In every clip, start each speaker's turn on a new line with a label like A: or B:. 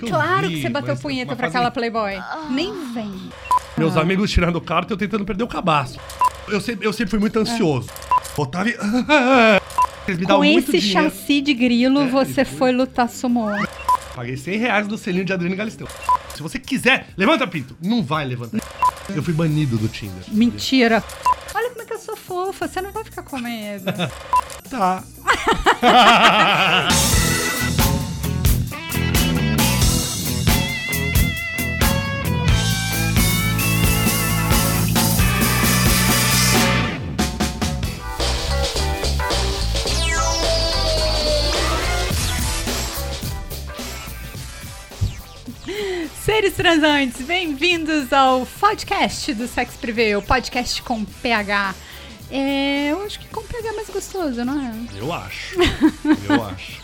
A: Eu
B: Claro
A: vi,
B: que você bateu
A: Um mas
B: punheta
A: uma
B: pra
A: fase-
B: aquela Playboy. Nem vem.
A: Meus amigos tirando o carta e eu tentando perder o cabaço. Eu sempre, eu sempre fui muito ansioso. Botava e... Eles me
B: É. Com
A: davam muito
B: esse
A: dinheiro. É,
B: chassi de grilo, você foi lutar sumô.
A: Paguei 100 reais no selinho de Adriano Galisteu. Se você quiser, levanta, Pinto. Não vai levantar. Eu fui banido do Tinder.
B: Mentira. Olha como é que eu sou fofa, você não vai ficar com medo.
A: Tá.
B: Seres transantes, bem-vindos ao podcast do Sex Preview, podcast com PH. É, eu acho que com PH é mais gostoso, não é?
A: Eu acho. Eu acho.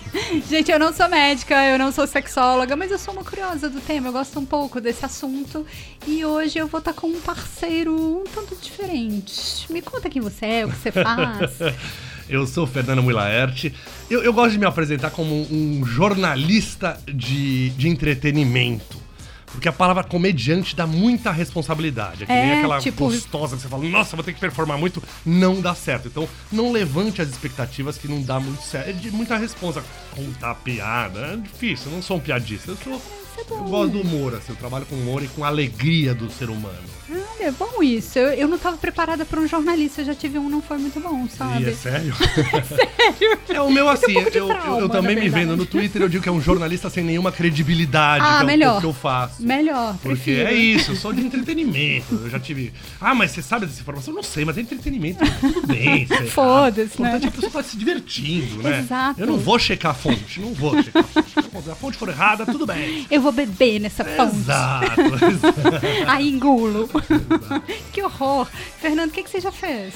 B: Gente, eu não sou médica, eu não sou sexóloga, mas eu sou uma curiosa do tema, eu gosto um pouco desse assunto. E hoje eu vou estar com um parceiro um tanto diferente. Me conta quem você é, o que você faz.
A: Eu sou o Fernando Muilaerte. Eu, eu gosto de me apresentar como um, um jornalista de, de entretenimento. Porque a palavra comediante dá muita responsabilidade. É que nem
B: É,
A: aquela
B: tipo-
A: gostosa que você fala, nossa, vou ter que performar muito. Não dá certo. Então, não levante as expectativas que não dá muito certo. É de muita responsa. Contar piada. É difícil, eu não sou um piadista. Eu, sou,
B: Tá
A: eu gosto do humor, assim. Eu trabalho com humor e com a alegria do ser humano.
B: Olha, é bom isso. Eu, eu não tava preparada pra um jornalista, eu já tive um, não foi muito bom,
A: E é
B: sabe?
A: sério? É o meu assim,
B: um pouco de
A: eu,
B: trauma,
A: eu- eu também
B: na
A: me
B: verdade.
A: vendo no Twitter, eu digo que é um jornalista sem nenhuma credibilidade,
B: Ah,
A: que é o-
B: melhor.
A: o que eu faço.
B: Melhor,
A: Porque
B: prefiro.
A: é isso, eu sou de entretenimento. Eu já tive. Ah, mas você sabe dessa informação? Eu Não sei, mas é entretenimento. Tudo bem. sei lá.
B: Foda-se,
A: O importante
B: né?
A: é que a pessoa tá se divertindo, né?
B: Exato.
A: Eu não vou checar a fonte, não vou checar a fonte. Se a fonte for errada, tudo bem.
B: Eu vou beber nessa fonte.
A: Exato, É exato.
B: Aí engulo. que horror. Fernando, o que, que você já fez?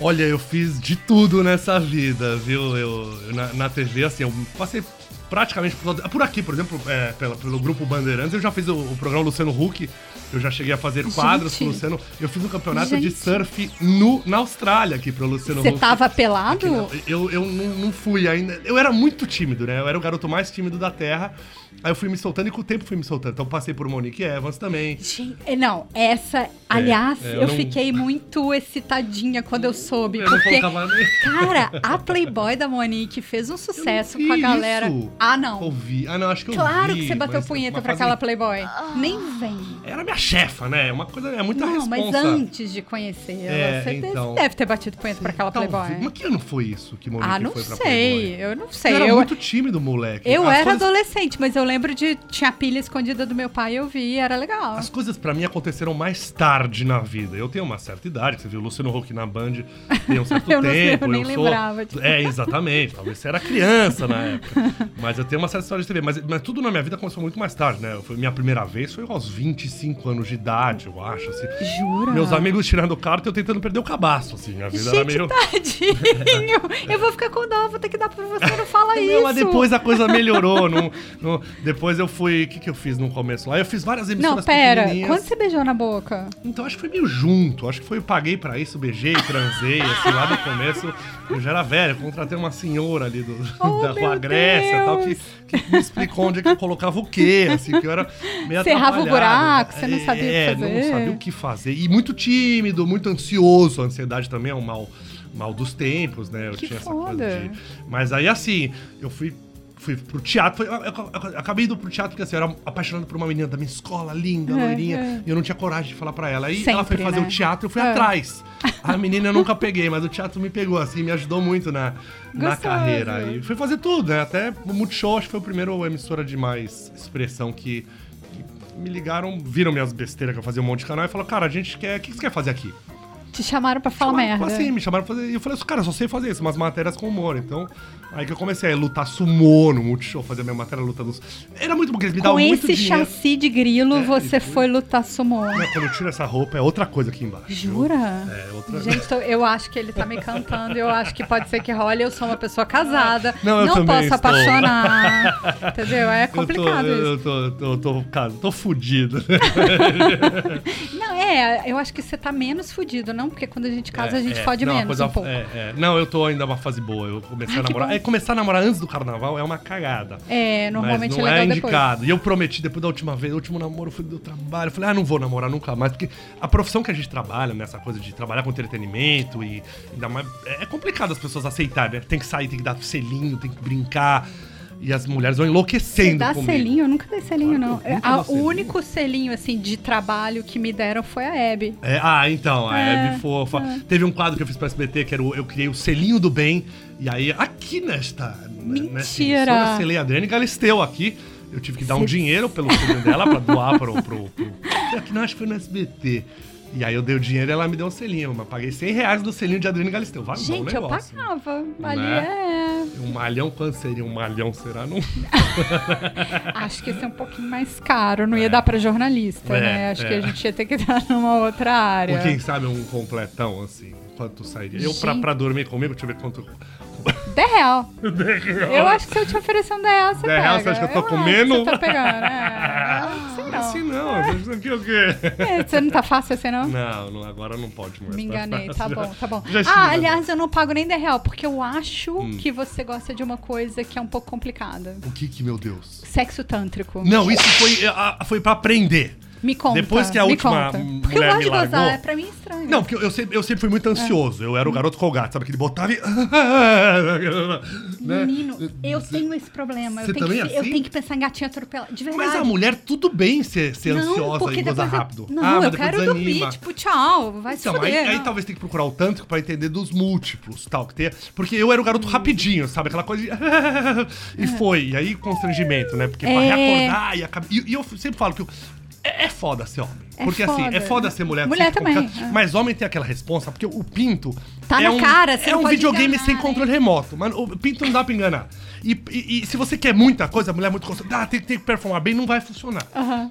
A: Olha, eu fiz de tudo nessa vida, viu? Eu, eu na, na TV, assim, eu passei praticamente por, todo- por aqui, por exemplo, é, pela- pelo grupo Bandeirantes, eu já fiz o, o programa Luciano Huck, eu já cheguei a fazer quadros com o Luciano. Eu fiz um campeonato de
B: Gente. tá
A: surf no, na Austrália aqui pro Luciano
B: Você
A: Huck.
B: tava pelado?
A: Eu, eu não, não fui ainda. Eu era muito tímido, né? Eu era o garoto mais tímido da Terra. Aí eu fui me soltando e com o tempo fui me soltando. Então passei por Monique Evans também.
B: É, Não, essa. Aliás,
A: é, eu
B: eu,
A: não-
B: fiquei muito excitadinha quando eu soube.
A: Eu não
B: porque,
A: colocava nem-
B: cara, a Playboy da Monique fez um sucesso com a
A: Ih,
B: galera.
A: isso!
B: Ah, não.
A: Ouvi. Ah, não, acho que eu
B: Claro
A: vi,
B: que você bateu
A: mas é
B: punheta
A: uma
B: pra
A: fase
B: aquela Playboy. Nem vem.
A: Era minha chefa, né? Uma coisa, é muita
B: não,
A: responsa.
B: mas antes de conhecer ela,
A: É,
B: você deve-
A: então.
B: deve ter batido punheta pra aquela
A: Talvez.
B: Playboy. né?
A: Mas que ano foi isso que Monique
B: ah, não
A: foi pra
B: sei.
A: Playboy?
B: Eu não
A: Eu
B: sei.
A: era
B: eu
A: muito tímido, moleque.
B: eu
A: As
B: era
A: coisas,
B: adolescente, mas eu lembro de. Tinha pilha escondida do meu pai, eu vi, era legal.
A: As coisas pra mim aconteceram mais tarde na vida. Eu tenho uma certa idade, você viu o Luciano Huck na Band tem um certo
B: Eu não sei, eu
A: tempo.
B: nem
A: sou...
B: lembrava disso.
A: É, exatamente. Talvez você era criança na época. Mas eu tenho uma certa história de TV. Mas, mas tudo na minha vida começou muito mais tarde, né? Eu fui- minha primeira vez foi aos 25 anos de idade, eu acho, assim.
B: Jura?
A: Meus amigos tirando carta e eu tentando perder o cabaço, assim. Minha vida era
B: Gente, tá
A: meio...
B: tadinho! Eu vou ficar com dó, vou ter que dar pra você, não fala isso.
A: Não, mas É depois a coisa melhorou. não- não- depois eu fui. O que, que eu fiz no começo lá? Eu fiz várias emissoras
B: Não, pera,
A: pequenininhas.
B: quando você beijou na boca?
A: Então acho que foi meio junto. Acho que foi eu paguei pra isso, beijei, transei. assim, lá no começo eu já era velho. eu Contratei uma senhora ali do,
B: Oh,
A: da Rua
B: meu
A: Grécia e tal, que,
B: Deus.
A: que me explicou onde é que eu colocava o quê. Assim, que eu era meio
B: Você errava o
A: atrapalhado.
B: buraco, você não sabia o que
A: é,
B: fazer.
A: não sabia o que fazer. E muito tímido, muito ansioso. A ansiedade também é um mal, mal dos tempos, né? Eu
B: Que
A: tinha
B: foda.
A: essa coisa de. Mas aí assim, eu fui. Fui pro teatro, foi- eu, eu- eu acabei indo pro teatro porque assim, eu era apaixonado por uma menina da minha escola, linda, loirinha, e eu não tinha coragem de falar pra ela. Aí ela foi
B: É, Sempre,
A: fazer
B: né?
A: o teatro, eu fui
B: Ah.
A: atrás. A menina eu nunca peguei, mas o teatro me pegou, assim, me ajudou muito na, na
B: Gostoso.
A: carreira. E fui fazer tudo, né? Até o Multishow, acho que foi o primeiro emissora de mais expressão que, que me ligaram, viram minhas besteiras que eu fazia um monte de canal e falaram, cara, a gente quer, o que que você quer fazer aqui?
B: Te chamaram pra falar
A: Chamaram-
B: merda.
A: Assim, me chamaram pra fazer. E eu falei assim, cara, eu só sei fazer isso, umas matérias com humor. Então, aí que eu comecei a lutar sumô no Multishow, fazer a minha matéria luta dos. Era muito bom, porque eles me
B: Com
A: davam muito
B: esse
A: dinheiro. É,
B: chassi de grilo, você foi lutar sumô.
A: Né, Quando eu tiro essa roupa, é outra coisa aqui embaixo.
B: Jura?
A: É, outra
B: Gente, tô- eu acho que ele tá me cantando, eu acho que pode ser que role, eu sou uma pessoa casada,
A: Não, eu também
B: posso
A: estou.
B: apaixonar, entendeu? É complicado
A: eu tô, Eu
B: isso.
A: tô, eu tô, eu tô, cara, tô fudido.
B: Não, é, eu acho que você tá menos fudido não? Porque quando a gente casa,
A: É,
B: a gente
A: é.
B: fode
A: Não, a
B: menos
A: coisa-
B: um pouco.
A: é, é. Não, eu tô ainda numa fase boa. Eu comecei
B: Ah,
A: a
B: que
A: namorar.
B: bom.
A: É, começar a namorar antes do carnaval é uma cagada.
B: É, normalmente
A: Mas não
B: é legal depois.
A: indicado. E eu prometi depois da última vez, o último namoro foi do trabalho. Eu falei, ah, não vou namorar nunca mais. Porque a profissão que a gente trabalha, nessa coisa de trabalhar com entretenimento e ainda mais. É é complicado as pessoas aceitarem, né? Tem que sair, tem que dar selinho, tem que brincar. E as mulheres vão
B: Você
A: enlouquecendo.
B: dá
A: comigo.
B: selinho? Eu nunca dei selinho,
A: Claro
B: não. É,
A: que eu nunca
B: A-
A: dou selinho.
B: O único selinho, assim, de trabalho que me deram foi a Abby.
A: É, ah, então, a
B: É,
A: Hebe fofa. Teve um quadro que eu fiz pra SBT que era o, eu criei o selinho do bem. E aí, aqui nesta.
B: Mentira!
A: nessa emissora, selei a Adriane Galisteu aqui. Eu tive que dar um
B: Você-
A: dinheiro pelo filho dela pra doar pro. pro, pro... Aqui não, acho que foi no SBT. E aí eu dei o dinheiro e ela me deu um selinho. Mas paguei 100 reais do selinho de Adriane Galisteu. Vai um bom
B: Gente, eu
A: negócio.
B: pagava. Ali
A: Né?
B: é.
A: Um malhão, quanto seria um malhão? Será? Não.
B: Acho que ia ser um pouquinho mais caro. Não ia dar pra jornalista,
A: É,
B: né? Acho que
A: é.
B: a gente ia ter que dar numa outra área.
A: Ou quem sabe um completão, assim. Quanto sairia? Eu, pra,
B: Gente.
A: pra dormir comigo, deixa eu ver quanto. Ah,
B: 10 real. Eu acho que se eu te oferecer um 10 real, você
A: 10
B: pega.
A: real, você acha que eu tô
B: acho
A: comendo?
B: que Você tá pegando, é. Não sei não.
A: Assim não, isso aqui é o quê?
B: É, você não tá fácil assim, não?
A: Não, não, agora não pode mais.
B: Me enganei, tá bom, tá bom.
A: Já estive,
B: ah,
A: né? Hum.
B: aliás, eu não pago nem 10 real, porque eu acho que você gosta de uma coisa que é um pouco complicada.
A: O que que, meu Deus?
B: Sexo tântrico.
A: Não, isso foi, ah, foi pra aprender.
B: Me conta.
A: Depois que a
B: me
A: última
B: conta.
A: mulher
B: Porque eu gosto
A: me
B: de gozar,
A: largou-
B: é pra mim estranho.
A: Não, porque eu, eu sempre, eu sempre fui
B: É.
A: muito ansioso. Eu era o garoto colgado, sabe? Que ele botava e... Né?
B: Menino, eu tenho esse problema.
A: Você
B: eu, tenho
A: também
B: que,
A: é
B: eu
A: assim?
B: tenho que pensar em gatinho atropelado. De verdade.
A: Mas a mulher, tudo bem ser, ser
B: não,
A: ansiosa
B: porque
A: e gozar
B: depois eu-
A: rápido.
B: Não,
A: Ah, mas
B: eu
A: depois
B: quero dormir,
A: desanima.
B: tipo, tchau, vai se
A: Então, aí,
B: fuder.
A: aí
B: não.
A: talvez tem que procurar o tântrico pra entender dos múltiplos, tal, que tem, porque eu era o
B: Hum.
A: garoto rapidinho, sabe? Aquela coisa de... e foi, e aí constrangimento, né? Porque pra
B: É.
A: reacordar e acab- E, e eu sempre falo que eu- é, é foda ser homem.
B: É
A: porque assim, é
B: foda.
A: foda ser mulher.
B: Mulher
A: sempre
B: também,
A: complicado,
B: é.
A: Mas homem tem aquela responsa, porque o pinto...
B: Tá
A: é
B: na
A: um,
B: cara, você
A: É
B: não
A: um
B: pode
A: videogame
B: enganar,
A: sem
B: né?
A: controle remoto. Mano, o pinto não dá pra enganar. E, e- e se você quer muita coisa, a mulher é muito concentrada, ah, tem, tem que performar bem, não vai funcionar.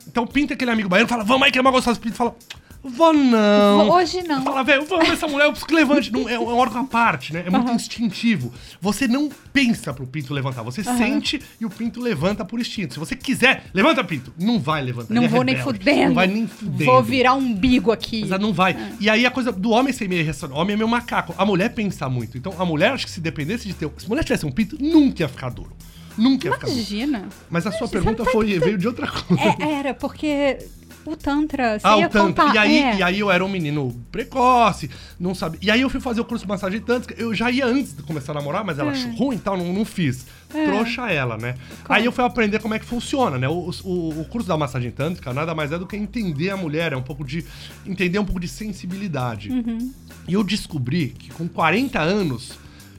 A: Então pinta aquele amigo baiano, fala, vamos aí que é uma gostosa. O pinto fala, vou não.
B: Vou- hoje não.
A: Fala, velho, vamos essa mulher, eu preciso que levante. Não, é, um- é um órgão à parte, né? É muito instintivo. Você não pensa pro pinto levantar, você sente e o pinto levanta por instinto. Se você quiser, levanta pinto. Não vai levantar.
B: Não
A: ele é
B: vou nem
A: rebelde.
B: fudendo.
A: Não vai nem fudendo.
B: Vou virar um bigo aqui.
A: Mas ela não vai. E aí a coisa do homem sem meia reação. Homem é meu macaco. A mulher pensa muito. Então a mulher, acho que se dependesse de ter. Se a mulher tivesse um pinto, nunca ia ficar duro. Nunca ia ficar duro.
B: Imagina.
A: Mas a sua
B: Você
A: pergunta
B: tá-
A: foi, veio de outra coisa.
B: É, era, porque o Tantra, você
A: Ah,
B: ia
A: o tantra.
B: contar.
A: E, aí,
B: é.
A: e aí eu era um menino precoce, não sabia. E aí eu fui fazer o curso de massagem tântrica. Eu já ia antes de começar a namorar, mas
B: É.
A: ela achou ruim e tal, não, não fiz. Trouxa ela, né? Aí eu fui aprender como é que funciona, né? O, o- o curso da massagem tântrica nada mais é do que entender a mulher, é um pouco de. entender um pouco de sensibilidade.
B: Uhum.
A: E eu descobri que com 40 anos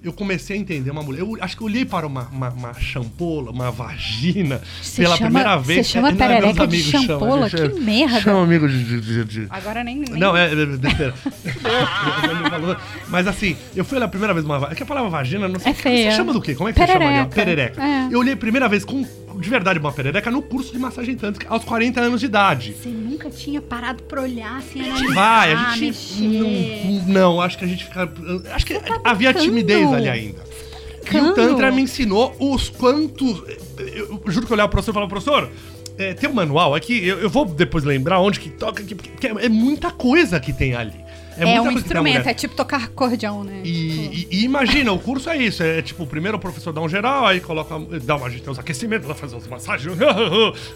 A: eu comecei a entender uma mulher. Eu acho que eu olhei para uma, uma, uma champola, uma vagina,
B: Você
A: pela
B: chama-
A: primeira vez.
B: você chama
A: É, não, meus
B: perereca de
A: amigos chamam,
B: champola?
A: a gente- é
B: Que merda.
A: Chama amigos de- de- de- de-
B: Agora nem. nem-
A: não, é. é, é, besteira. Mas assim, eu fui olhar a primeira vez uma vagina. Que a palavra vagina não sei.
B: É feia.
A: Você chama do quê? Como é que você chama? Adriana?
B: Perereca.
A: Perereca.
B: É.
A: Eu olhei a primeira vez com, de verdade, uma perereca no curso de massagem tântrica aos 40 anos de idade.
B: Você nunca tinha parado pra olhar assim,
A: A gente vai, a gente.
B: mexer.
A: Não,
B: tá
A: não, acho que a gente fica. Acho que havia
B: brincando. tá
A: timidez ali ainda. E o Tantra me ensinou os quantos. Eu, eu juro que eu olhava pro professor e falava, professor, é, tem um manual aqui, eu, eu vou depois lembrar onde que toca, aqui, porque é, é muita coisa que tem ali.
B: É,
A: muita
B: um
A: coisa que tem a mulher.
B: instrumento, é tipo tocar acordeão, né?
A: E, e- e imagina, o curso é isso. É tipo, primeiro o professor dá um geral, aí coloca. Dá uma, a gente tem os aquecimentos, ela faz as massagens,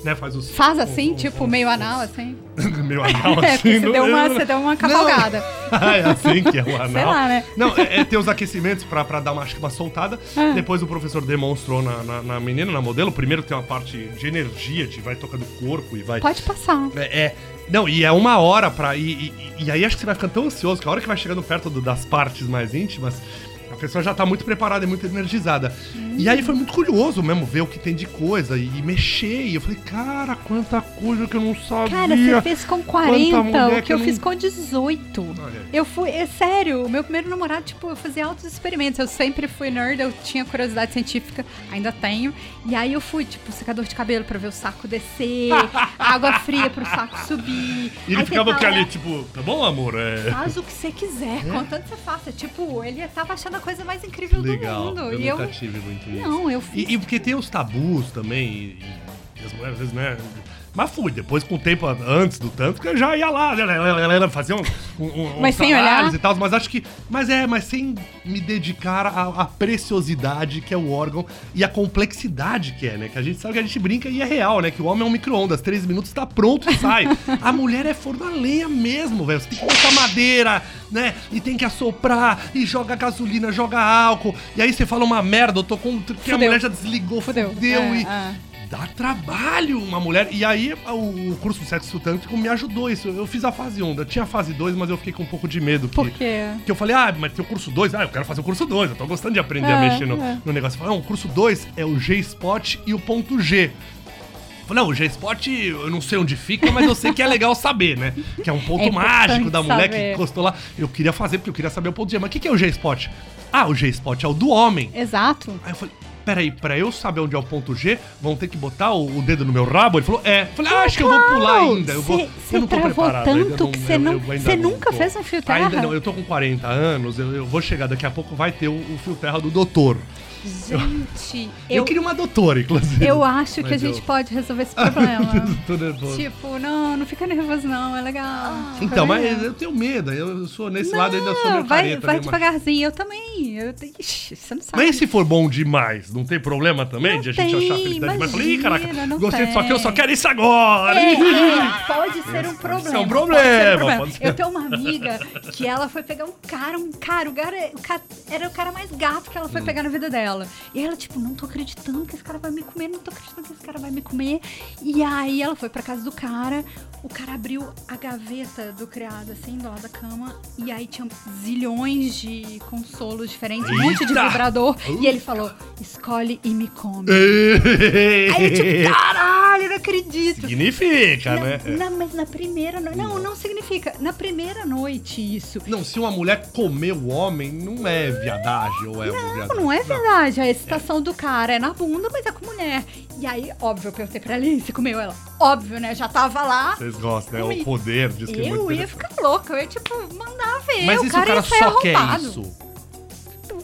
A: né? Faz os.
B: Faz assim,
A: os-
B: tipo,
A: os-
B: meio
A: os-
B: anal, assim.
A: Meio anal,
B: É,
A: assim.
B: porque você deu uma- você deu uma cavalgada.
A: ah, é assim que é o anal.
B: Sei lá, né?
A: Não, é, é ter os aquecimentos pra, pra dar uma, acho que uma soltada.
B: Ah.
A: Depois o professor demonstrou na, na, na menina, na modelo. Primeiro tem uma parte de energia, de vai tocando o corpo e vai.
B: Pode passar.
A: É, é- não, e é uma hora pra. E, e- e aí acho que você vai ficando tão ansioso que a hora que vai chegando perto do- das partes mais íntimas, a pessoa já tá muito preparada e muito energizada. E aí foi muito curioso mesmo ver o que tem de coisa e, e mexer. E eu falei, cara, quanta coisa que eu não sabia.
B: Cara, você fez com
A: mulher
B: 40, o
A: que
B: que eu
A: não-
B: fiz com 18.
A: Olha.
B: Eu fui, é sério, o meu primeiro namorado, tipo, eu fazia altos experimentos. Eu sempre fui nerd, eu tinha curiosidade científica, ainda tenho. E aí eu fui, tipo, secador de cabelo pra ver o saco descer, água fria pro saco subir.
A: E ele
B: Aí
A: ficava
B: você
A: aqui
B: fala, "Ah."
A: ali, tipo, tá bom, amor? É.
B: Faz o que você quiser,
A: Né?
B: contanto que você faça. Tipo, ele tava achando a coisa mais incrível do mundo. e eu.
A: tive muito
B: Não, eu fiz.
A: E, e porque tem os tabus também, e, e E as mulheres, às vezes, né? Mas fui, depois com o tempo antes do tanto, que eu já ia lá, né, né, né, né, fazia um, um, um
B: Mas
A: uns
B: sem
A: trabalhos
B: olhar?
A: e tal, mas acho que. Mas é, mas sem me dedicar à, à preciosidade que é o órgão e a complexidade que é, né? Que a gente sabe que a gente brinca e é real, né? Que o homem é um micro-ondas, três minutos tá pronto e sai. a mulher é forno a lenha mesmo, velho. Você tem que botar madeira, né? E tem que assoprar, e joga gasolina, joga álcool. E aí você fala uma merda, eu tô com. Que a
B: Fudeu.
A: mulher já desligou, fudeu.
B: Fudeu. É,
A: e
B: é.
A: dá trabalho uma mulher. E aí o o curso de sexo tântrico me ajudou isso. Eu fiz a fase 1, eu tinha a fase 2, mas eu fiquei com um pouco de medo.
B: Por
A: que-
B: quê?
A: Que eu falei, ah, mas tem o curso 2, ah, eu quero fazer o curso 2, eu tô gostando de aprender a
B: É,
A: mexer no,
B: é.
A: no negócio. Eu falei, não, o curso 2 é o G-Spot e o ponto G. Eu Falei, não, o G-Spot, eu não sei onde fica, mas eu sei que é legal saber, né? Que é um ponto
B: É
A: mágico
B: importante
A: da mulher que
B: saber.
A: gostou lá. Eu queria fazer, porque eu queria saber o ponto G. Mas o que, que é o G-Spot? Ah, o G-Spot é o do homem.
B: Exato.
A: Aí eu falei, peraí, pra eu saber onde é o ponto G, vão ter que botar o, o dedo no meu rabo? Ele falou, é. Eu falei, ah, acho que eu vou pular ainda. Eu, vou, eu
B: Você
A: não tô
B: travou
A: preparado. ainda
B: tanto que você não,
A: eu ainda
B: você
A: não
B: nunca
A: tô.
B: fez um fio terra?
A: Ainda não, eu tô com 40 anos, eu, eu vou chegar, daqui a pouco vai ter o, o fio terra do doutor.
B: Gente,
A: Eu,
B: eu, eu,
A: queria uma doutora, inclusive.
B: acho que a
A: Mas
B: gente
A: eu-
B: pode resolver esse problema.
A: Tô nervoso.
B: tipo, não, não fica nervoso não, é legal.
A: Então,
B: Fica
A: mas
B: legal.
A: eu tenho medo, eu sou nesse lado ainda sou
B: né? Não,
A: meio
B: vai,
A: careta.
B: vai
A: meio macho.
B: devagarzinho, eu também. Eu tenho... Ixi, você não sabe.
A: Mas e se for bom demais? Não tem problema também
B: Não
A: de a gente achar a
B: tem,
A: felicidade demais? Eu Falei, ih, caraca,
B: imagina, não
A: gostei disso aqui, eu só
B: tem.
A: quero isso agora!
B: É, é, pode ser
A: ser
B: um problema.
A: um
B: pode ser
A: problema,
B: um problema.
A: pode ser.
B: Eu tenho uma amiga que ela foi pegar um cara, um cara, o cara, o cara- era o cara mais gato que ela foi pegar na vida dela. E ela, tipo, não tô acreditando que esse cara vai me comer, não tô acreditando que esse cara vai me comer. E aí ela foi pra casa do cara, o cara abriu a gaveta do criado, assim, do lado da cama, e aí tinha zilhões de consolos diferentes, um monte de
A: Eita!
B: vibrador, e ele falou, escolhe e me come. Aí eu,
A: Aí,
B: tipo, caralho, não acredito.
A: Significa,
B: Na-
A: né?
B: na- mas na primeira noite. Não, não significa. Na primeira noite, isso.
A: Não, se uma mulher comer o homem, não é viadagem ou é um
B: Não,
A: viadagem.
B: não é verdade. A excitação do cara é na bunda, mas é com mulher. E aí, óbvio, eu perguntei pra Alice, comeu ela. Óbvio, né? Já tava lá.
A: Vocês gostam, né?
B: Eu
A: O
B: ia-
A: poder diz que é muito
B: Eu ia
A: interessante.
B: ficar louca. Eu ia, tipo, mandar ver.
A: Mas
B: o
A: e se
B: cara,
A: o cara
B: ia sair
A: só quer
B: arrombado.
A: isso?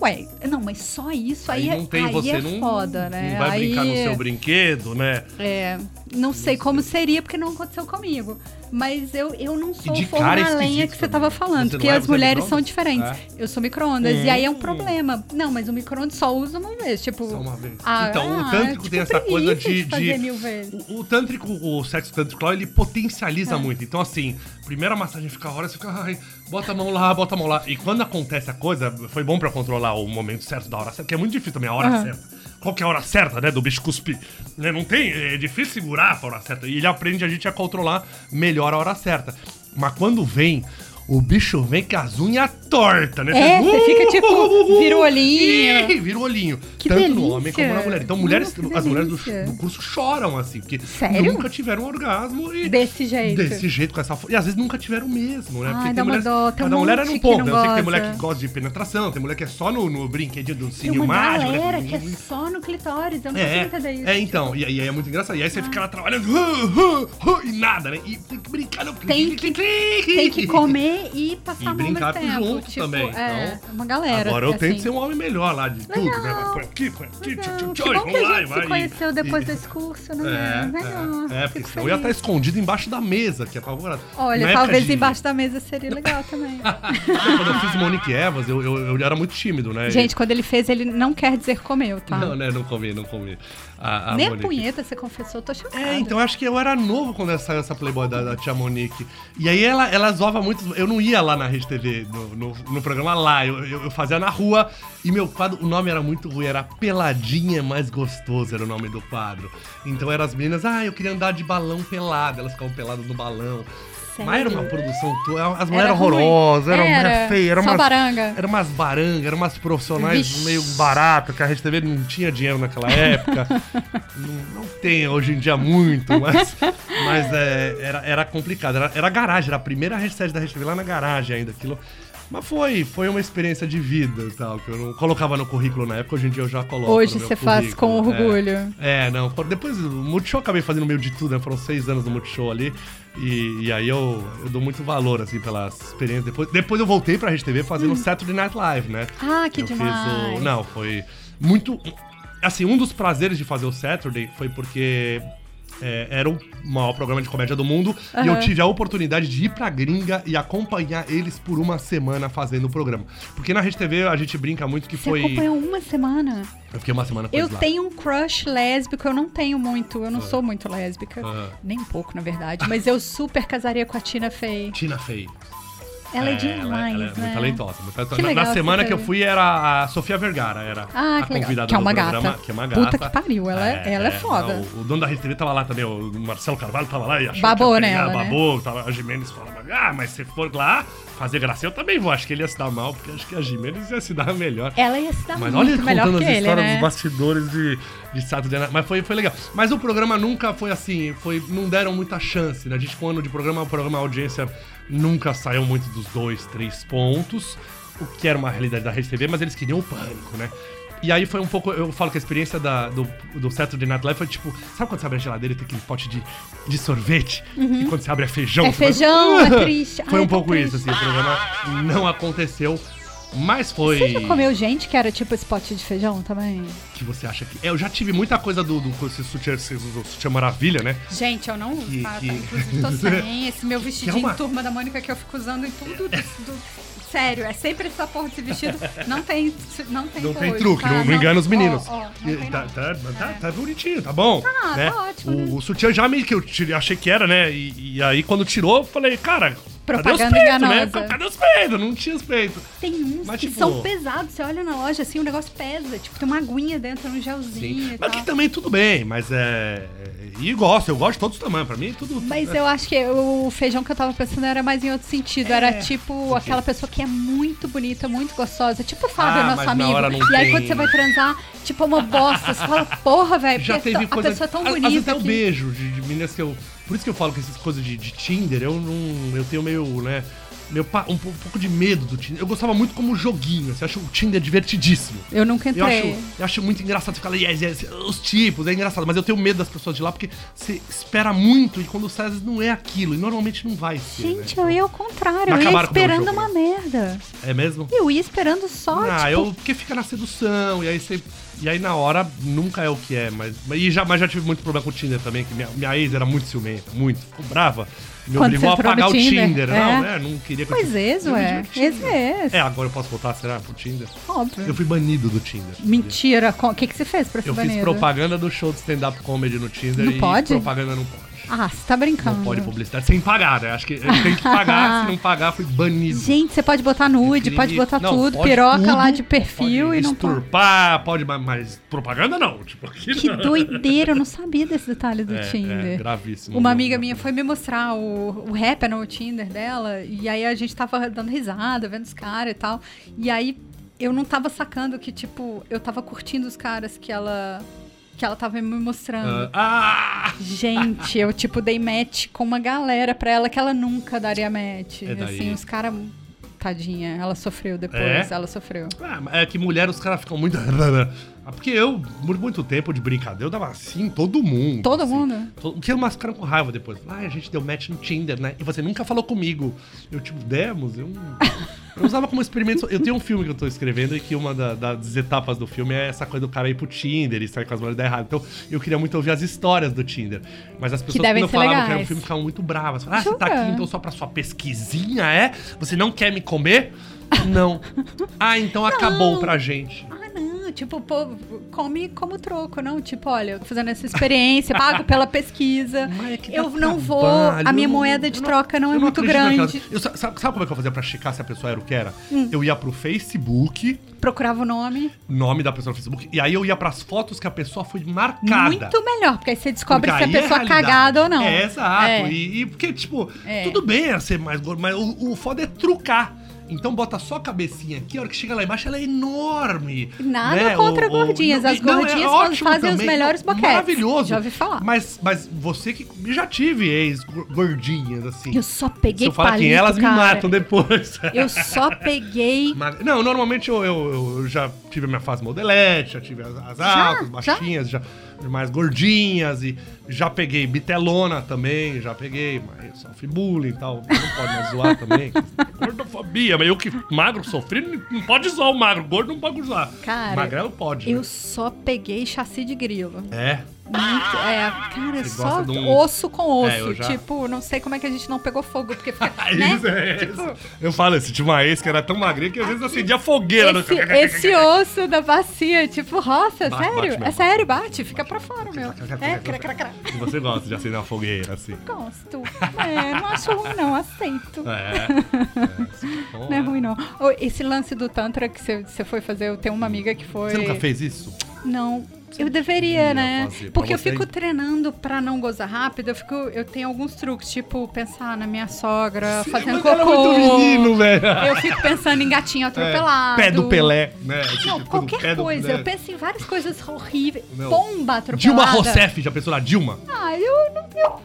B: Ué, não, mas só isso aí,
A: Aí não tem
B: aí
A: você,
B: é
A: não,
B: foda, né?
A: não vai
B: aí...
A: brincar no seu brinquedo, né?
B: É, não sei como seria, porque não aconteceu comigo. Mas eu, eu não sou
A: de
B: o forno
A: cara é
B: a lenha
A: esquisito
B: que você
A: também.
B: tava
A: Você
B: falando, porque
A: não é?
B: as
A: Você é
B: mulheres
A: micro-ondas?
B: são diferentes.
A: É.
B: Eu sou micro-ondas, e aí é um problema. Não, mas o micro-ondas só usa uma vez, tipo...
A: Só uma vez.
B: Ah,
A: então,
B: ah,
A: o tântrico
B: tipo,
A: tem essa coisa
B: preguiça
A: de.
B: fazer
A: de-
B: mil vezes. É.
A: O, o tântrico, o sexo tântrico, lá, ele potencializa muito. Então, assim, primeira massagem fica a hora, você fica, ai, bota a mão lá, bota a mão lá. E quando acontece a coisa, foi bom pra controlar o momento certo da hora certa, que é muito difícil também, a hora certa. Qual que é a hora certa, né? Do bicho cuspir. Né, Não tem. É difícil segurar a hora certa. E ele aprende a gente a controlar melhor a hora certa. Mas quando vem. O bicho vem com as unhas tortas, né?
B: É, você fica, tipo, vira o olhinho.
A: Ih, Ih, vira o olhinho.
B: Que
A: Tanto no
B: delícia.
A: homem como na mulher. Então, mulheres,
B: Nossa, que
A: as mulheres do,
B: delícia.
A: do curso choram, assim, porque
B: Sério?
A: nunca tiveram orgasmo e.
B: Desse jeito.
A: Desse jeito, com essa fo- E às vezes nunca tiveram mesmo, né?
B: Ai, dá uma dó, tem um
A: cada mulher é
B: monte
A: num
B: que
A: ponto.
B: não
A: né? Eu sei que tem
B: goza.
A: mulher que gosta de penetração, tem mulher que é só no, no um brinquedinho do
B: Tem
A: sininho
B: uma
A: mágico. né?
B: galera que é só no clitóris, eu não consigo
A: É,
B: entender isso.
A: é, então, e aí é muito engraçado. E aí você fica lá trabalhando uh, uh, uh, e nada, né? E tem que brincar no
B: Tem que- Tem que comer e passar
A: E
B: a mão
A: brincar
B: no tempo.
A: junto
B: tipo,
A: também,
B: É,
A: então.
B: uma galera.
A: Agora eu
B: assim.
A: tento ser um homem melhor lá de tudo, né? Vai por aqui, por aqui, tchau,
B: Legal.
A: tchau,
B: Que
A: tchau,
B: bom que
A: vamos lá
B: a
A: e
B: gente se
A: vai.
B: conheceu depois
A: e-
B: desse curso, né? Melhor.
A: É, é, é, porque
B: Fico
A: senão eu ia estar
B: feliz.
A: escondido embaixo da mesa, que é apavorado. Na
B: Olha,
A: época
B: talvez
A: de- Ah,
B: embaixo da mesa seria legal também.
A: Quando eu fiz Monique Evas, eu, eu, eu era muito tímido, né?
B: Gente, quando ele fez, ele não quer dizer comeu, tá?
A: Não, né? Não comi, não comi. A, a
B: Nem a
A: Monique.
B: punheta você confessou, tô chocada.
A: É, então acho que eu era novo quando essa, essa Playboy da, da tia Monique. E aí ela, ela zoava muito. Eu não ia lá na Rede TV, no, no, no programa lá. Eu, eu, eu fazia na rua. E meu quadro, o nome era muito ruim. Era Peladinha Mais Gostoso, era o nome do quadro. Então eram as meninas, ah, eu queria andar de balão pelado. Elas ficavam peladas no balão. Mas era uma
B: Sério?
A: produção toda. As mulheres
B: Era
A: eram
B: ruim.
A: horrorosas, eram mulher
B: Era,
A: feia, eram
B: só
A: umas,
B: baranga.
A: eram umas barangas, eram umas profissionais
B: Vixe.
A: meio baratas, que a Rede TV não tinha dinheiro naquela época. não, não tem hoje em dia muito, mas, mas é, era, era complicado. Era, era a garagem, era a primeira Rede TV da Rede TV lá na garagem ainda. Aquilo. Mas foi, foi uma experiência de vida e tal, que eu não colocava no currículo na época, hoje em dia eu já coloco.
B: Hoje
A: no meu
B: você faz com
A: currículo, é.
B: orgulho.
A: É, não. por- Depois o Multishow eu acabei fazendo meio de tudo, né? Foram seis anos no Multishow ali. E, e aí eu, eu dou muito valor, assim, pela experiência. Depois, depois eu voltei pra Rede TV fazendo Saturday Night Live, né?
B: Hum. Ah, que
A: eu
B: demais.
A: Fiz o, não, foi muito. Assim, um dos prazeres de fazer o Saturday foi porque é, era o maior programa de comédia do mundo. E eu tive a oportunidade de ir pra gringa e acompanhar eles por uma semana fazendo o programa. Porque na Rede TV a gente brinca muito que
B: Você
A: foi.
B: acompanhou uma semana?
A: Eu fiquei uma semana com
B: Eu
A: eles lá.
B: tenho um crush lésbico, eu não tenho muito, eu não sou muito lésbica.
A: Ah.
B: Nem um pouco, na verdade. Mas eu super casaria com a Tina Fey.
A: Tina Fey.
B: Ela é, demais,
A: ela, ela é
B: né?
A: muito talentosa. muito talentosa.
B: Que
A: Na-
B: legal
A: na semana
B: essa
A: que eu
B: série.
A: fui era a Sofia Vergara, era
B: Ah,
A: a
B: que legal.
A: convidada
B: Que é
A: do
B: uma
A: programa,
B: gata.
A: que é uma gata.
B: Puta que pariu, ela é- ela é foda.
A: não, O, dono da Rede TV tava lá também, o Marcelo Carvalho tava lá e achou
B: Babou
A: que ia pegar,
B: nela, né?
A: babou, tava, a Jimenez falava, ah, mas se for lá fazer graça, eu também vou. Acho que ele ia se dar mal, porque acho que a Jimenez ia se dar melhor.
B: Ela ia se dar
A: Mas olha
B: muito
A: ele
B: tá melhor
A: contando
B: que
A: as
B: ele,
A: histórias
B: né?
A: dos bastidores de, de Saturday Night. Mas foi, foi legal. Mas o programa nunca foi assim, foi, não deram muita chance, né? A gente com um ano de programa, o programa a audiência nunca saiu muito dos dois, três pontos, o que era uma realidade da Rede TV, mas eles queriam o pânico, né? E aí foi um pouco, eu falo que a experiência da, do, do Saturday Night Live foi tipo, sabe quando você abre a geladeira e tem aquele pote de, de sorvete? E quando você abre é feijão?
B: É
A: você vai-
B: feijão, é triste.
A: Foi um
B: Ai, é tão
A: pouco isso, assim,
B: triste.
A: o programa não aconteceu, mas foi...
B: Você já comeu gente que era tipo esse pote de feijão também?
A: que você acha que. É, eu já tive muita coisa do, do, com esse sutiã, esse sutiã maravilha, né?
B: Gente, eu não uso,
A: Que-
B: tá?
A: que-
B: Inclusive, tô sem. Esse meu vestidinho
A: uma-
B: turma da Mônica que eu fico usando em tudo. do- do- Sério, é sempre essa porra desse vestido. Não tem. Não tem,
A: Não tem
B: coisa,
A: truque,
B: tá?
A: não, não engana os meninos.
B: Ó, ó, não
A: E
B: tem
A: tá,
B: não. É.
A: tá, tá- tá bonitinho, tá bom.
B: Tá,
A: né?
B: tá ótimo,
A: O,
B: né?
A: o sutiã já meio que eu tirei- achei que era, né? E, e aí quando tirou, eu falei, cara,
B: Propaganda
A: cadê os peitos,
B: enganosa.
A: né? Cadê os peitos? Não tinha os peitos.
B: Tem uns
A: Mas,
B: que
A: tipo-
B: são pesados. Você olha na loja assim, o negócio pesa. Tipo, tem uma aguinha dentro, um gelzinho e
A: Mas
B: tal.
A: que também tudo bem, mas é. E gosto, eu gosto de todos os tamanhos. Pra mim, tudo.
B: Mas
A: é,
B: eu acho que o feijão que eu tava pensando era mais em outro sentido.
A: É.
B: Era tipo aquela pessoa que é muito bonita, muito gostosa. Tipo o Fábio,
A: Ah,
B: nosso
A: mas na
B: amigo.
A: hora não
B: E aí
A: tem.
B: quando você vai transar, tipo é uma bosta. Você fala, porra, velho.
A: já
B: porque
A: teve
B: a
A: coisa.
B: pessoa é tão
A: às- às
B: bonita.
A: vezes até o
B: que-
A: beijo de, de meninas que eu. Por isso que eu falo que essas coisas de, de Tinder, eu não. Eu tenho meio, né? Meu, pa- um, pou- um pouco de medo do Tinder. Eu gostava muito como joguinho. Assim, eu acho o Tinder divertidíssimo.
B: Eu nunca
A: Eu acho,
B: entrei.
A: eu acho muito engraçado você ficar lá, yes, yes, os tipos, é engraçado, mas eu tenho medo das pessoas de lá porque você espera muito e quando sai, às vezes não é aquilo, e normalmente não vai ser. né?
B: Gente, eu ia ao contrário.
A: Mas
B: Eu ia
A: acabaram com o meu
B: esperando
A: jogo,
B: uma merda.
A: É mesmo?
B: Eu ia esperando só,
A: Ah,
B: tipo...
A: eu porque fica na sedução, e aí você. E aí na hora nunca é o que é, mas. mas- E já, mas já tive muito problema com o Tinder também, que minha, minha ex era muito ciumenta, muito. Ficou brava. Me
B: Quando
A: obrigou
B: você
A: a
B: entrou no
A: apagar o
B: Tinder,
A: Tinder,
B: é.
A: não, né? Não queria que eu-
B: Pois é,
A: Eu me
B: Zoé.
A: divertia.
B: Esse é esse. É.
A: É, agora eu posso voltar, será? Pro Tinder? Eu
B: Óbvio.
A: fui banido do Tinder.
B: Mentira. co- O que, que você fez pra ser
A: Eu fiz
B: banido?
A: propaganda do show de stand-up comedy no Tinder
B: Não
A: e
B: pode?
A: propaganda não pode.
B: Ah, você tá brincando.
A: Não pode publicidade sem pagar, né? Acho que tem que pagar, se não pagar, fui banido.
B: Gente, você pode botar nude,
A: Crime-
B: pode botar
A: não,
B: tudo,
A: pode
B: piroca
A: tudo,
B: lá de perfil
A: pode
B: e não tá. pode.
A: Exturpar, pode, mas, mas propaganda não. Tipo, aqui
B: Que
A: não.
B: doideira, eu não sabia desse detalhe do
A: É, né? É,
B: Tinder.
A: gravíssimo.
B: Uma
A: Não,
B: amiga
A: não.
B: minha foi me mostrar o, o rapper no Tinder dela, e aí a gente tava dando risada, vendo os caras e tal. E aí eu não tava sacando que, tipo, eu tava curtindo os caras que ela. que ela tava me mostrando.
A: Ah!
B: Gente, eu, tipo, dei match com uma galera pra ela que ela nunca daria match.
A: É daí.
B: Assim, os caras. Tadinha, ela sofreu depois,
A: É?
B: ela sofreu.
A: Ah, mas É que mulher, os caras ficam muito. Ah, Porque eu, por muito tempo de brincadeira, eu dava assim em todo mundo.
B: Todo
A: assim.
B: mundo?
A: Todo- Porque elas ficaram com raiva depois. Ah, a gente deu match no Tinder, né? E você nunca falou comigo. Eu, tipo, demos, eu. Eu usava como experimento. Eu tenho um filme que eu tô escrevendo e que uma da- das etapas do filme é essa coisa do cara ir pro Tinder e sair com as mulheres da errada. Então, eu queria muito ouvir as histórias do Tinder. Mas as pessoas,
B: devem
A: quando eu
B: ser
A: falava que era um
B: legais.
A: filme, ficavam muito bravas. Falavam, ah, você tá
B: Jura?
A: aqui então só pra sua pesquisinha, é? Você não quer me comer? Não. Ah, então acabou pra gente.
B: Ah, não, tipo, o povo come como troco, não? Tipo, olha, eu tô fazendo essa experiência, pago pela pesquisa.
A: Mas é que dá
B: eu não vou,
A: trabalho,
B: a minha
A: eu não-
B: moeda de
A: eu
B: troca não é
A: eu
B: muito
A: acredito naquela-
B: grande. Hum.
A: Eu sa- sabe, sabe como é que eu fazia pra checar se a pessoa era o que era? Eu ia pro Facebook,
B: Procurava o nome.
A: nome da pessoa no Facebook, e aí eu ia pras fotos que a pessoa foi marcada.
B: Muito melhor, porque aí você descobre
A: Porque
B: se a
A: aí é
B: pessoa é
A: realidade.
B: cagada ou não.
A: É, exato.
B: É.
A: E, e porque, tipo,
B: É.
A: tudo bem ela ser mais gordo, mas o, o foda é trucar. Então bota só a cabecinha aqui, a hora que chega lá embaixo, ela é enorme.
B: Nada
A: né?
B: contra
A: Ou- ou-
B: gordinhas. As
A: não, é
B: gordinhas
A: ótimo
B: fazem os
A: também.
B: melhores boquetes.
A: Maravilhoso.
B: Já ouvi falar.
A: Mas, mas você que... eu Já tive ex-gordinhas, assim.
B: Eu só
A: Se
B: peguei
A: eu falar
B: palito,
A: quem é, elas
B: cara.
A: me matam depois.
B: Eu só peguei...
A: Mas- não, normalmente eu, eu- eu já tive a minha fase modelete, já tive as, as
B: Já?
A: altas, baixinhas, já? mais gordinhas, e já peguei bitelona também, já peguei, mas sofri bullying e tal, não pode mais zoar também. Gordofobia, mas eu que magro sofri, não pode zoar o magro, gordo não pode zoar.
B: Cara,
A: Magrelo pode.
B: Eu
A: né?
B: só peguei chassi de grilo.
A: É,
B: Muito, é, cara, é
A: Você
B: só
A: gosta de um-
B: osso com
A: É,
B: osso.
A: eu já-
B: Tipo, não sei como é que a gente não pegou fogo, porque fica.
A: É
B: né?
A: isso, é isso.
B: Tipo,
A: Eu falo, esse tinha uma ex que era tão magrinha que às vezes acendia fogueira
B: esse,
A: no
B: esse osso da bacia, tipo, roça,
A: Bate, bate
B: sério?
A: mesmo.
B: é sério, bate, fica pra fora, meu. É, cra, cra, cra.
A: E Você gosta de acender uma fogueira, assim.
B: Gosto. É, não acho ruim, não, aceito.
A: É. é, isso é bom,
B: Não é
A: né?
B: ruim, não. Ô, Esse lance do Tantra que você você foi fazer, eu tenho uma amiga que foi.
A: Você nunca fez isso?
B: Não. Eu
A: deveria
B: deveria, né?
A: fazer pra
B: Porque eu
A: você-
B: fico treinando pra não gozar rápido. Eu fico, eu tenho alguns truques, tipo pensar na minha sogra fazendo
A: Mas era
B: cocô.
A: muito menino, velho.
B: Eu fico pensando em gatinho
A: É,
B: atropelado.
A: Pé do Pelé, né?
B: Não,
A: Tipo, pé
B: qualquer
A: do-
B: coisa.
A: né?
B: Eu penso em várias coisas horríveis.
A: Não.
B: Bomba atropelada.
A: Dilma Rousseff, já pensou na Dilma?
B: Ah, eu não. Eu,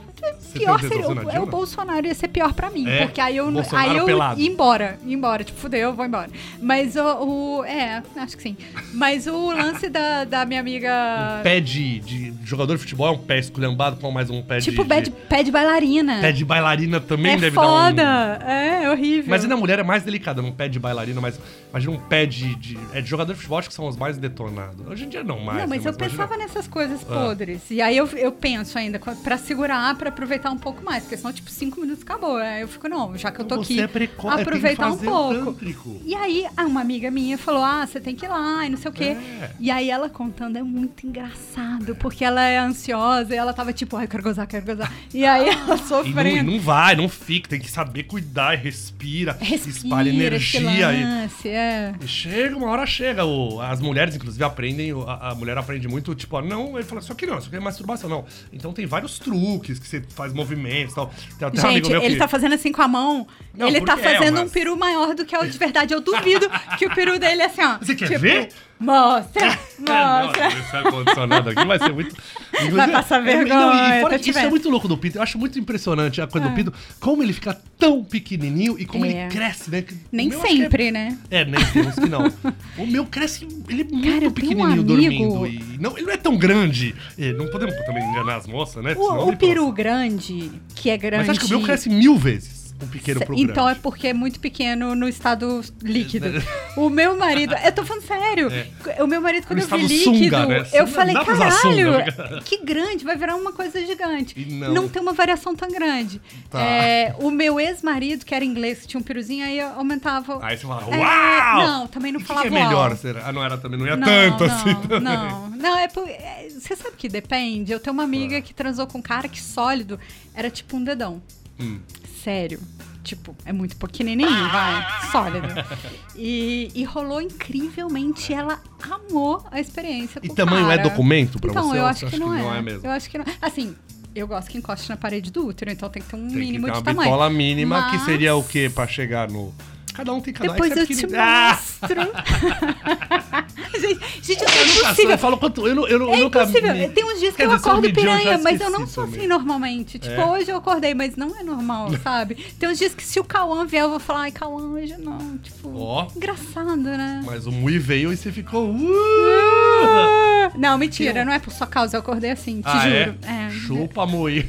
B: pior
A: tem
B: seria.
A: tesão na
B: O, é
A: Dilma?
B: o Bolsonaro ia ser pior pra mim.
A: É?
B: Porque aí eu.
A: Bolsonaro
B: aí eu
A: pelado.
B: ia embora. Ia embora. Tipo, fudeu, eu vou embora. Mas o. o- é, acho que sim. Mas o lance da, da minha amiga.
A: Um Pé de, de jogador de futebol é um pé esculhambado com mais um pé de...
B: tipo, pé de, pé de bailarina.
A: Pé de bailarina também
B: é
A: deve
B: foda.
A: dar um...
B: É, é horrível.
A: Mas ainda a mulher é mais delicada, não pé de bailarina, mas imagina um pé de, de- É de jogador de futebol, acho que são os mais detonados. Hoje em dia não mais.
B: Não, mas
A: né?
B: eu pensava
A: imagina-
B: nessas coisas
A: Ah.
B: podres. E aí eu, eu penso ainda, co- pra segurar, pra aproveitar um pouco mais. Porque senão, tipo, cinco minutos acabou. Aí eu fico, não, já que eu tô
A: Você
B: aqui,
A: é precoce, tem que
B: aproveitar um
A: fazer o
B: pouco.
A: tântrico.
B: E aí, ah, uma amiga minha falou, ah, você tem que ir lá e não sei o quê.
A: É.
B: E aí ela contando é muito engraçado, porque ela é ansiosa e ela tava tipo, ai, eu quero gozar, quero gozar. E aí ela
A: E não, e
B: sofrendo.
A: não vai, não fica, tem que saber cuidar, respira,
B: Respira,
A: espalha energia.
B: esse
A: E,
B: lance, é.
A: e chega, uma hora chega. O, as mulheres, inclusive, aprendem, o- a, a mulher aprende muito, tipo, ó, não, ele fala, só que não, isso aqui é masturbação, não. Então tem vários truques que você faz movimentos e tal. Tem até um amigo
B: Gente,
A: meu
B: ele
A: que...
B: tá fazendo assim com a mão.
A: Não,
B: ele tá
A: porque é,
B: fazendo
A: mas-
B: um peru maior do que é o de verdade. Eu duvido que o peru dele é assim, ó.
A: Você quer ver?
B: Mostra!
A: Ah,
B: Mostra!
A: Nossa, esse ar-condicionado aqui vai ser muito. Inclusive,
B: passar
A: é-
B: vergonha,
A: não, e fora
B: tô
A: que
B: te
A: isso é
B: vendo.
A: muito louco do Pito. Eu acho muito impressionante a coisa do Pito, como ele fica tão pequenininho e como
B: É.
A: ele cresce, né? Que-
B: Nem
A: o meu acho que é-
B: sempre, né?
A: É, nem tem uns que não. O meu cresce, ele é muito
B: Cara, eu tenho um
A: pequenininho
B: amigo-
A: dormindo. E não, ele não é tão grande. E não podemos também enganar as moças, né?
B: O,
A: Senão
B: o
A: ele
B: peru grande, que é
A: fala-
B: grande.
A: Mas acho que o meu cresce mil vezes. Um pequeno pro grande.
B: Então é porque é muito pequeno no estado líquido. O meu marido. Eu tô falando sério. O meu marido, quando
A: No
B: eu vi
A: É. estado sunga,
B: líquido,
A: né?
B: eu
A: Não
B: falei,
A: dá pra usar
B: caralho,
A: sunga." né,
B: que grande, vai virar uma coisa gigante.
A: E não.
B: tem uma variação tão grande.
A: Tá.
B: É, o meu ex-marido, que era inglês, que tinha um peruzinho, aí eu aumentava.
A: Aí você fala,
B: É,
A: uau!
B: não, também não
A: E o que que
B: falava
A: é melhor?
B: uau.
A: será? Ah, não era também, não ia
B: Não,
A: tanto
B: não,
A: assim. também.
B: Não, não, é por. é, Você sabe que depende. Eu tenho uma amiga que transou com um cara que sólido era tipo um dedão.
A: Hum.
B: Sério. Tipo, é muito pequenininho, vai. Sólido. E, e rolou incrivelmente. Ela amou a experiência. Com
A: E
B: o
A: tamanho
B: cara.
A: é documento pra
B: então,
A: você?
B: eu
A: Ou
B: acho
A: você
B: que,
A: acha
B: não, é.
A: mesmo?
B: Eu acho que não. Assim, eu gosto que encoste na parede do útero, então tem que ter um
A: Tem
B: mínimo
A: que ter
B: de
A: uma
B: tamanho.
A: bitola mínima, que
B: Mas-
A: seria o quê? Pra chegar no... Cada um tem cada um.
B: Depois eu te mostro. gente, gente, isso é
A: Ah! Eu
B: impossível.
A: falo quanto... Eu, não- eu, não-
B: É
A: eu nunca...
B: impossível. Tem uns dias que
A: Quer
B: eu
A: dizer, se eu
B: acordo
A: medir, eu já
B: piranha, mas eu
A: esqueci
B: não sou
A: também.
B: assim normalmente. Tipo,
A: É?
B: hoje eu acordei, mas não é normal, sabe? Tem uns dias que se o Cauã vier, eu vou falar, ai, Cauã, hoje não. Tipo,
A: Ó.
B: engraçado, né?
A: Mas o Mui veio e você ficou... "Uh!"
B: Ah, Não, mentira, não é por sua causa, eu acordei assim, te
A: Ah,
B: juro.
A: é?
B: É,
A: Chupa, Mui.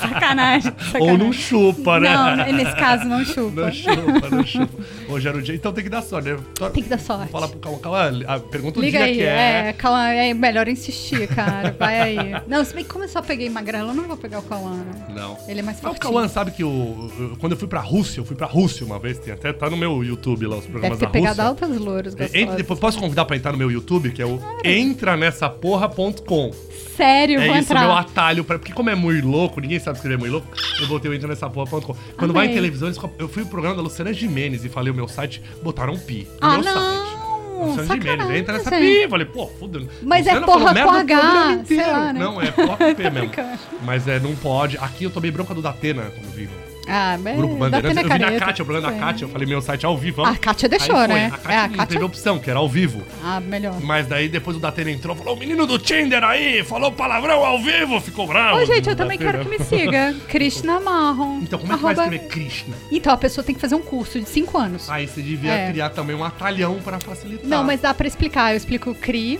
B: sacanagem, sacanagem.
A: Ou não chupa, né?
B: Não, nesse caso não chupa.
A: Não chupa, não chupa. Hoje era o dia... Então tem que dar sorte, né? Só-
B: Tem que dar sorte.
A: Vou falar pro Calma, Calma. ah, Pergunta o
B: Liga
A: dia
B: aí,
A: que é.
B: é, Cauã, é melhor insistir, cara. Vai aí. Não, se bem que como eu só peguei magrelo, eu não vou pegar o Cauã. né?
A: Não.
B: Ele é mais
A: Mas Ah, o
B: forte.
A: Cauã sabe que o, eu- quando eu fui pra Rússia, eu fui pra Rússia uma vez, tem até tá no meu YouTube lá os
B: Deve
A: programas
B: ter
A: da
B: pegado
A: Rússia.
B: altas louras
A: É, Entra,
B: gostosas.
A: depois posso convidar pra entrar no meu YouTube, que é o entranessaporra.com.
B: Sério, vou
A: É isso,
B: entrar.
A: meu atalho pra. Porque como é muito louco, ninguém sabe escrever muito louco, eu botei o entranessaporra.com. Quando vai em
B: Amei.
A: televisão, eles co- eu fui pro programa da Luciana Gimenez e falei o meu site, botaram um pi. no
B: Ah,
A: meu site.
B: não!
A: Luciana Gimenez,
B: sacanagem.
A: entra nessa pi. Falei, pô, foda.
B: Mas é
A: Luciana falou
B: porra
A: merda
B: com
A: o programa
B: H,
A: inteiro.
B: sei lá, né?
A: Não, é porra com P mesmo.
B: brincando.
A: Mas é, não pode. Aqui eu tomei bronca do Datena quando vivo.
B: Ah, mas
A: Grupo
B: dá
A: Bandeirantes.
B: pena
A: Eu vi na
B: careta.
A: Kátia, o programa da
B: É.
A: Kátia, eu falei meu site ao vivo.
B: A Kátia deixou,
A: Aí foi,
B: né?
A: A Kátia,
B: É, a
A: não
B: Kátia-
A: teve opção, que era ao vivo.
B: Ah, melhor.
A: Mas daí depois o Datena entrou, falou, o menino do Tinder aí, falou palavrão ao vivo, ficou bravo.
B: Ô, gente, eu
A: O
B: também
A: Datena.
B: quero que me siga. Krishna Marron.
A: Então, como é que vai escrever Krishna?
B: Então, a pessoa tem que fazer um curso de 5 anos.
A: Aí você devia
B: É.
A: criar também um atalhão pra facilitar.
B: Não, mas dá pra explicar. Eu explico Cri,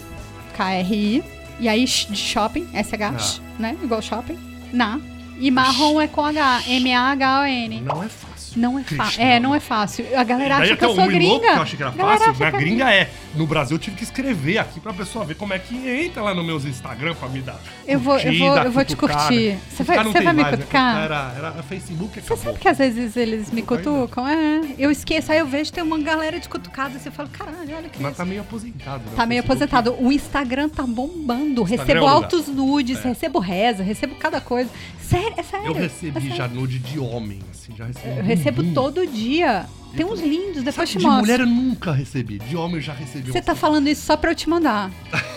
B: K-R-I, e aí sh- de shopping, S-H, sh,
A: Ah.
B: né? Igual shopping. Na. E marrom é com H, M-A-H-O-N.
A: Não é fácil.
B: Não é fácil.
A: Krishna.
B: É, não é fácil. A galera
A: Daí
B: acha que
A: até
B: eu
A: o
B: sou
A: Willow,
B: gringa.
A: que eu achei que era
B: A galera
A: fácil,
B: acha
A: na
B: que eu-
A: gringa é no Brasil eu tive que escrever aqui pra pessoa ver como é que entra lá no meus Instagram pra me dar.
B: Eu vou- eu
A: curtida,
B: vou- eu vou te
A: cutucada.
B: curtir. Você
A: Cutucar
B: vai-
A: não
B: você
A: tem
B: vai me
A: mais, né?
B: cutucar?
A: Era, era Facebook e
B: Você
A: acabou.
B: sabe que é às vezes eles me cutucam? É. Eu esqueço, aí eu vejo tem uma galera de cutucadas e eu falo, caralho, olha que
A: Mas
B: isso.
A: tá meio aposentado, né?
B: Tá
A: o
B: meio
A: Facebook.
B: aposentado. O Instagram tá bombando.
A: Instagram é
B: recebo
A: um lugar.
B: altos nudes, recebo reza, recebo cada coisa. Sério, é sério.
A: Eu
B: é
A: recebi
B: sério.
A: já nude de homem, assim, já recebi.
B: Eu recebo
A: bumbum.
B: todo dia. Tem uns lindos, depois te
A: De
B: mostro.
A: mulher eu nunca recebi, de homem eu já recebi.
B: Você
A: um-
B: tá falando isso só pra eu te mandar.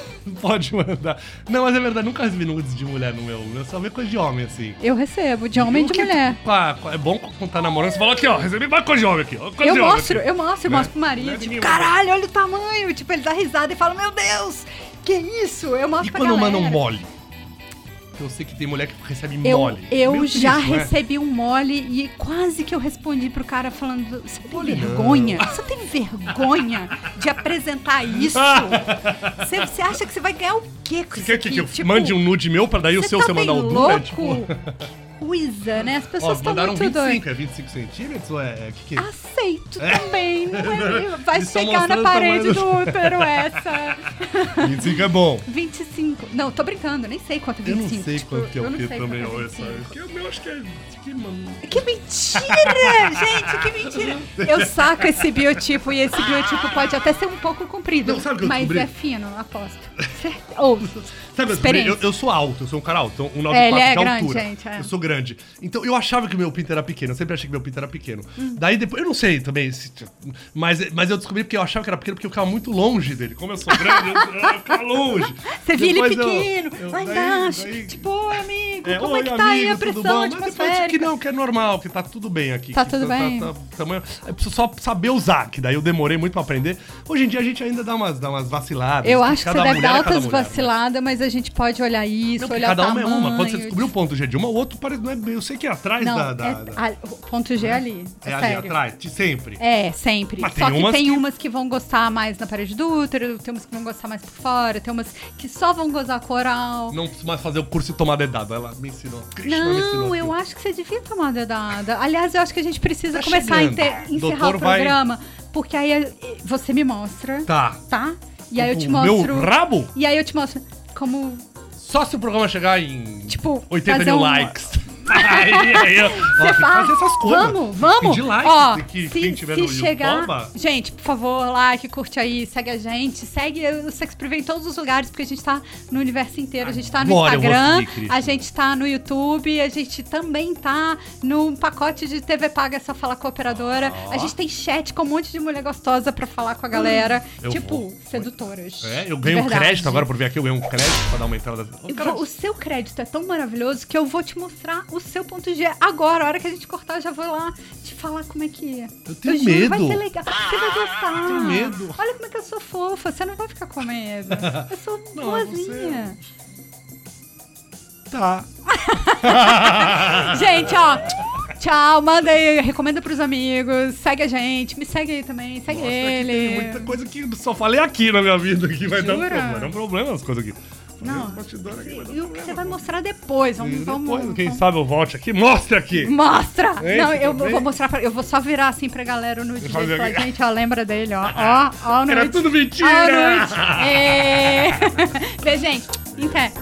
A: Pode mandar. Não, mas é verdade, nunca recebi nudes de mulher no meu. Eu só vejo coisa de homem, assim.
B: Eu recebo, de homem e
A: O
B: de
A: que-
B: mulher.
A: pá, é bom quando tá namorando, você fala aqui, ó, recebi uma coisa de homem aqui. ó, coisa
B: Eu
A: de homem
B: mostro,
A: aqui.
B: eu mostro, eu
A: Né?
B: mostro pro
A: Né,
B: marido.
A: menino?
B: Tipo, caralho, olha o tamanho. Tipo, ele dá risada e fala, meu Deus, que isso? Eu mostro
A: E
B: pra
A: quando
B: galera.
A: mandam mole? Que eu sei que tem mulher que recebe
B: Eu,
A: mole.
B: eu
A: Meio
B: já
A: triste, né?
B: recebi um mole e quase que eu respondi pro cara falando: Você tem
A: Mole não."
B: vergonha? Você tem vergonha de apresentar isso? Você, você acha que você vai ganhar o quê com
A: Você
B: isso?
A: quer que,
B: aqui?
A: que eu
B: Tipo,
A: mande um nude meu pra daí o
B: você
A: seu
B: tá
A: você
B: bem
A: mandar o do?
B: louco?
A: É, tipo,
B: Coisa, né? As
A: ó,
B: pessoas estão
A: mandaram
B: muito
A: 25,
B: doidas.
A: é 25 centímetros? ou É, é que que é?
B: Aceito também, não é? Vai
A: Eles tão
B: chegar na
A: mostrando o tamanho
B: parede
A: do-
B: do útero essa. Ah.
A: 25 é bom.
B: 25. Não, tô brincando, nem sei quanto é
A: Eu
B: 25.
A: não sei
B: tipo,
A: quanto que é
B: eu
A: o
B: não
A: que
B: sei
A: também,
B: quanto é
A: olha só.
B: 25.
A: Que o meu acho que é. Que, mano,
B: Que mentira! gente, que mentira! Eu saco esse biotipo e esse biotipo pode até ser um pouco comprido,
A: Não, sabe o que eu
B: mas
A: descobri?
B: é fino, aposto. Ou
A: Sabe,
B: Experiência.
A: eu, eu sou alto, eu sou um cara alto, um 9,4
B: É, ele é
A: de
B: grande,
A: altura.
B: gente, é.
A: Eu sou grande. Então eu achava que o meu pinto era pequeno, eu sempre achei que meu pinto era pequeno.
B: Uhum.
A: Daí depois, eu não sei também, se- mas, mas eu descobri porque eu achava que era pequeno porque eu ficava muito longe dele. Como eu sou grande, eu, eu ficava longe.
B: você via ele
A: Depois eu-
B: pequeno,
A: eu-
B: lá
A: daí-
B: embaixo.
A: daí-
B: Tipo, "Ô, amigo,
A: É,
B: como é
A: "Oi,
B: que tá aí a
A: amigo, tudo
B: pressão
A: bom?" Mas depois eu disse que
B: atmosférica?
A: não, que é normal, que tá tudo bem aqui.
B: Tá
A: que
B: tudo bem.
A: tá- tamanho- eu preciso só saber usar, que daí eu demorei muito pra aprender. Hoje em dia a gente ainda dá umas, dá umas vaciladas.
B: Eu
A: que
B: acho que você
A: cada
B: deve
A: mulher é
B: dar
A: cada
B: altas
A: mulher, né?
B: vaciladas, mas a gente pode olhar isso,
A: Não, porque
B: olhar
A: cada
B: o
A: uma
B: tamanho.
A: é uma. Quando você descobriu o ponto G de uma, o outro parece. Não é, bem- eu sei que é atrás
B: Não,
A: da. da-
B: é-
A: da-
B: ah, o ponto G é ali,
A: é ali
B: sério.
A: atrás, de sempre.
B: É, sempre.
A: Mas
B: só
A: tem
B: que
A: umas
B: tem
A: que-
B: umas que vão gostar mais na parede do útero, tem umas que vão gostar mais por fora, tem umas que só vão gozar coral.
A: Não é preciso mais fazer o curso e tomar dedado. Ela me ensinou. Krishna me ensinou.
B: Não, eu
A: aquilo.
B: acho que você devia tomar dedada. Aliás, eu acho que a gente precisa
A: Tá
B: começar a
A: chegando.
B: enter-
A: O
B: encerrar
A: doutor
B: o
A: vai-
B: programa, porque aí eh, você me mostra, tá?
A: Tá.
B: E aí eu te
A: O meu
B: mostro.
A: rabo?
B: E aí eu te mostro como,
A: Só se o programa chegar em.
B: Tipo,
A: 80
B: fazer
A: mil
B: um-
A: likes. aí, aí, ó. Ó, tem que
B: fala,
A: fazer essas coisas.
B: Vamos, vamos.
A: Pedir like.
B: Ó,
A: tem que,
B: se,
A: quem tiver
B: se
A: no
B: chegar,
A: YouTube.
B: gente, por favor, like, curte aí, segue a gente, segue o Sex Preview em todos os lugares, porque a gente tá no universo inteiro. A gente tá no
A: Agora eu vou
B: Instagram,
A: seguir, Cristina.
B: a gente tá no YouTube, a gente também tá num pacote de TV paga, é só falar com a operadora. A gente tem chat com um monte de mulher gostosa pra falar com a galera,
A: Hum, eu
B: tipo,
A: vou.
B: sedutoras.
A: É, eu
B: de
A: ganho um
B: verdade.
A: crédito agora por vir aqui. Eu ganho um crédito pra dar uma entrada.
B: Eu vou- o seu crédito é tão maravilhoso que eu vou te mostrar o seu ponto G agora. A hora que a gente cortar, eu já vou lá te falar como é que é.
A: Eu tenho
B: juro,
A: medo.
B: Vai ser legal. Você vai gostar.
A: Eu tenho medo.
B: Olha como é que eu sou fofa. Você não vai ficar com medo. Eu sou
A: Não,
B: boazinha.
A: Tá.
B: Gente, ó. Tchau, manda aí, recomenda pros amigos, segue a gente, me segue aí também, segue
A: Nossa, aqui
B: ele.
A: tem muita coisa que eu só falei aqui na minha vida que vai dar um
B: Jura?
A: problema. Dá um problema as coisas aqui. Falei
B: Não.
A: os bastidores aqui, vai dar um
B: E o que
A: problema.
B: você vai mostrar depois? Vamos,
A: E
B: vamos,
A: depois, quem
B: vamos-
A: sabe eu volte aqui. Mostre aqui!
B: Mostra!
A: É
B: não,
A: isso
B: eu vou-
A: também?
B: vou mostrar pra, Eu vou só virar assim pra galera no dia e
A: fazer
B: falar,
A: aqui.
B: gente, ó, lembra dele, ó. Ó, ó, o
A: Era
B: noite.
A: tudo né?"
B: Ó, o
A: mentira!
B: noite. É. Beijo, gente. Até.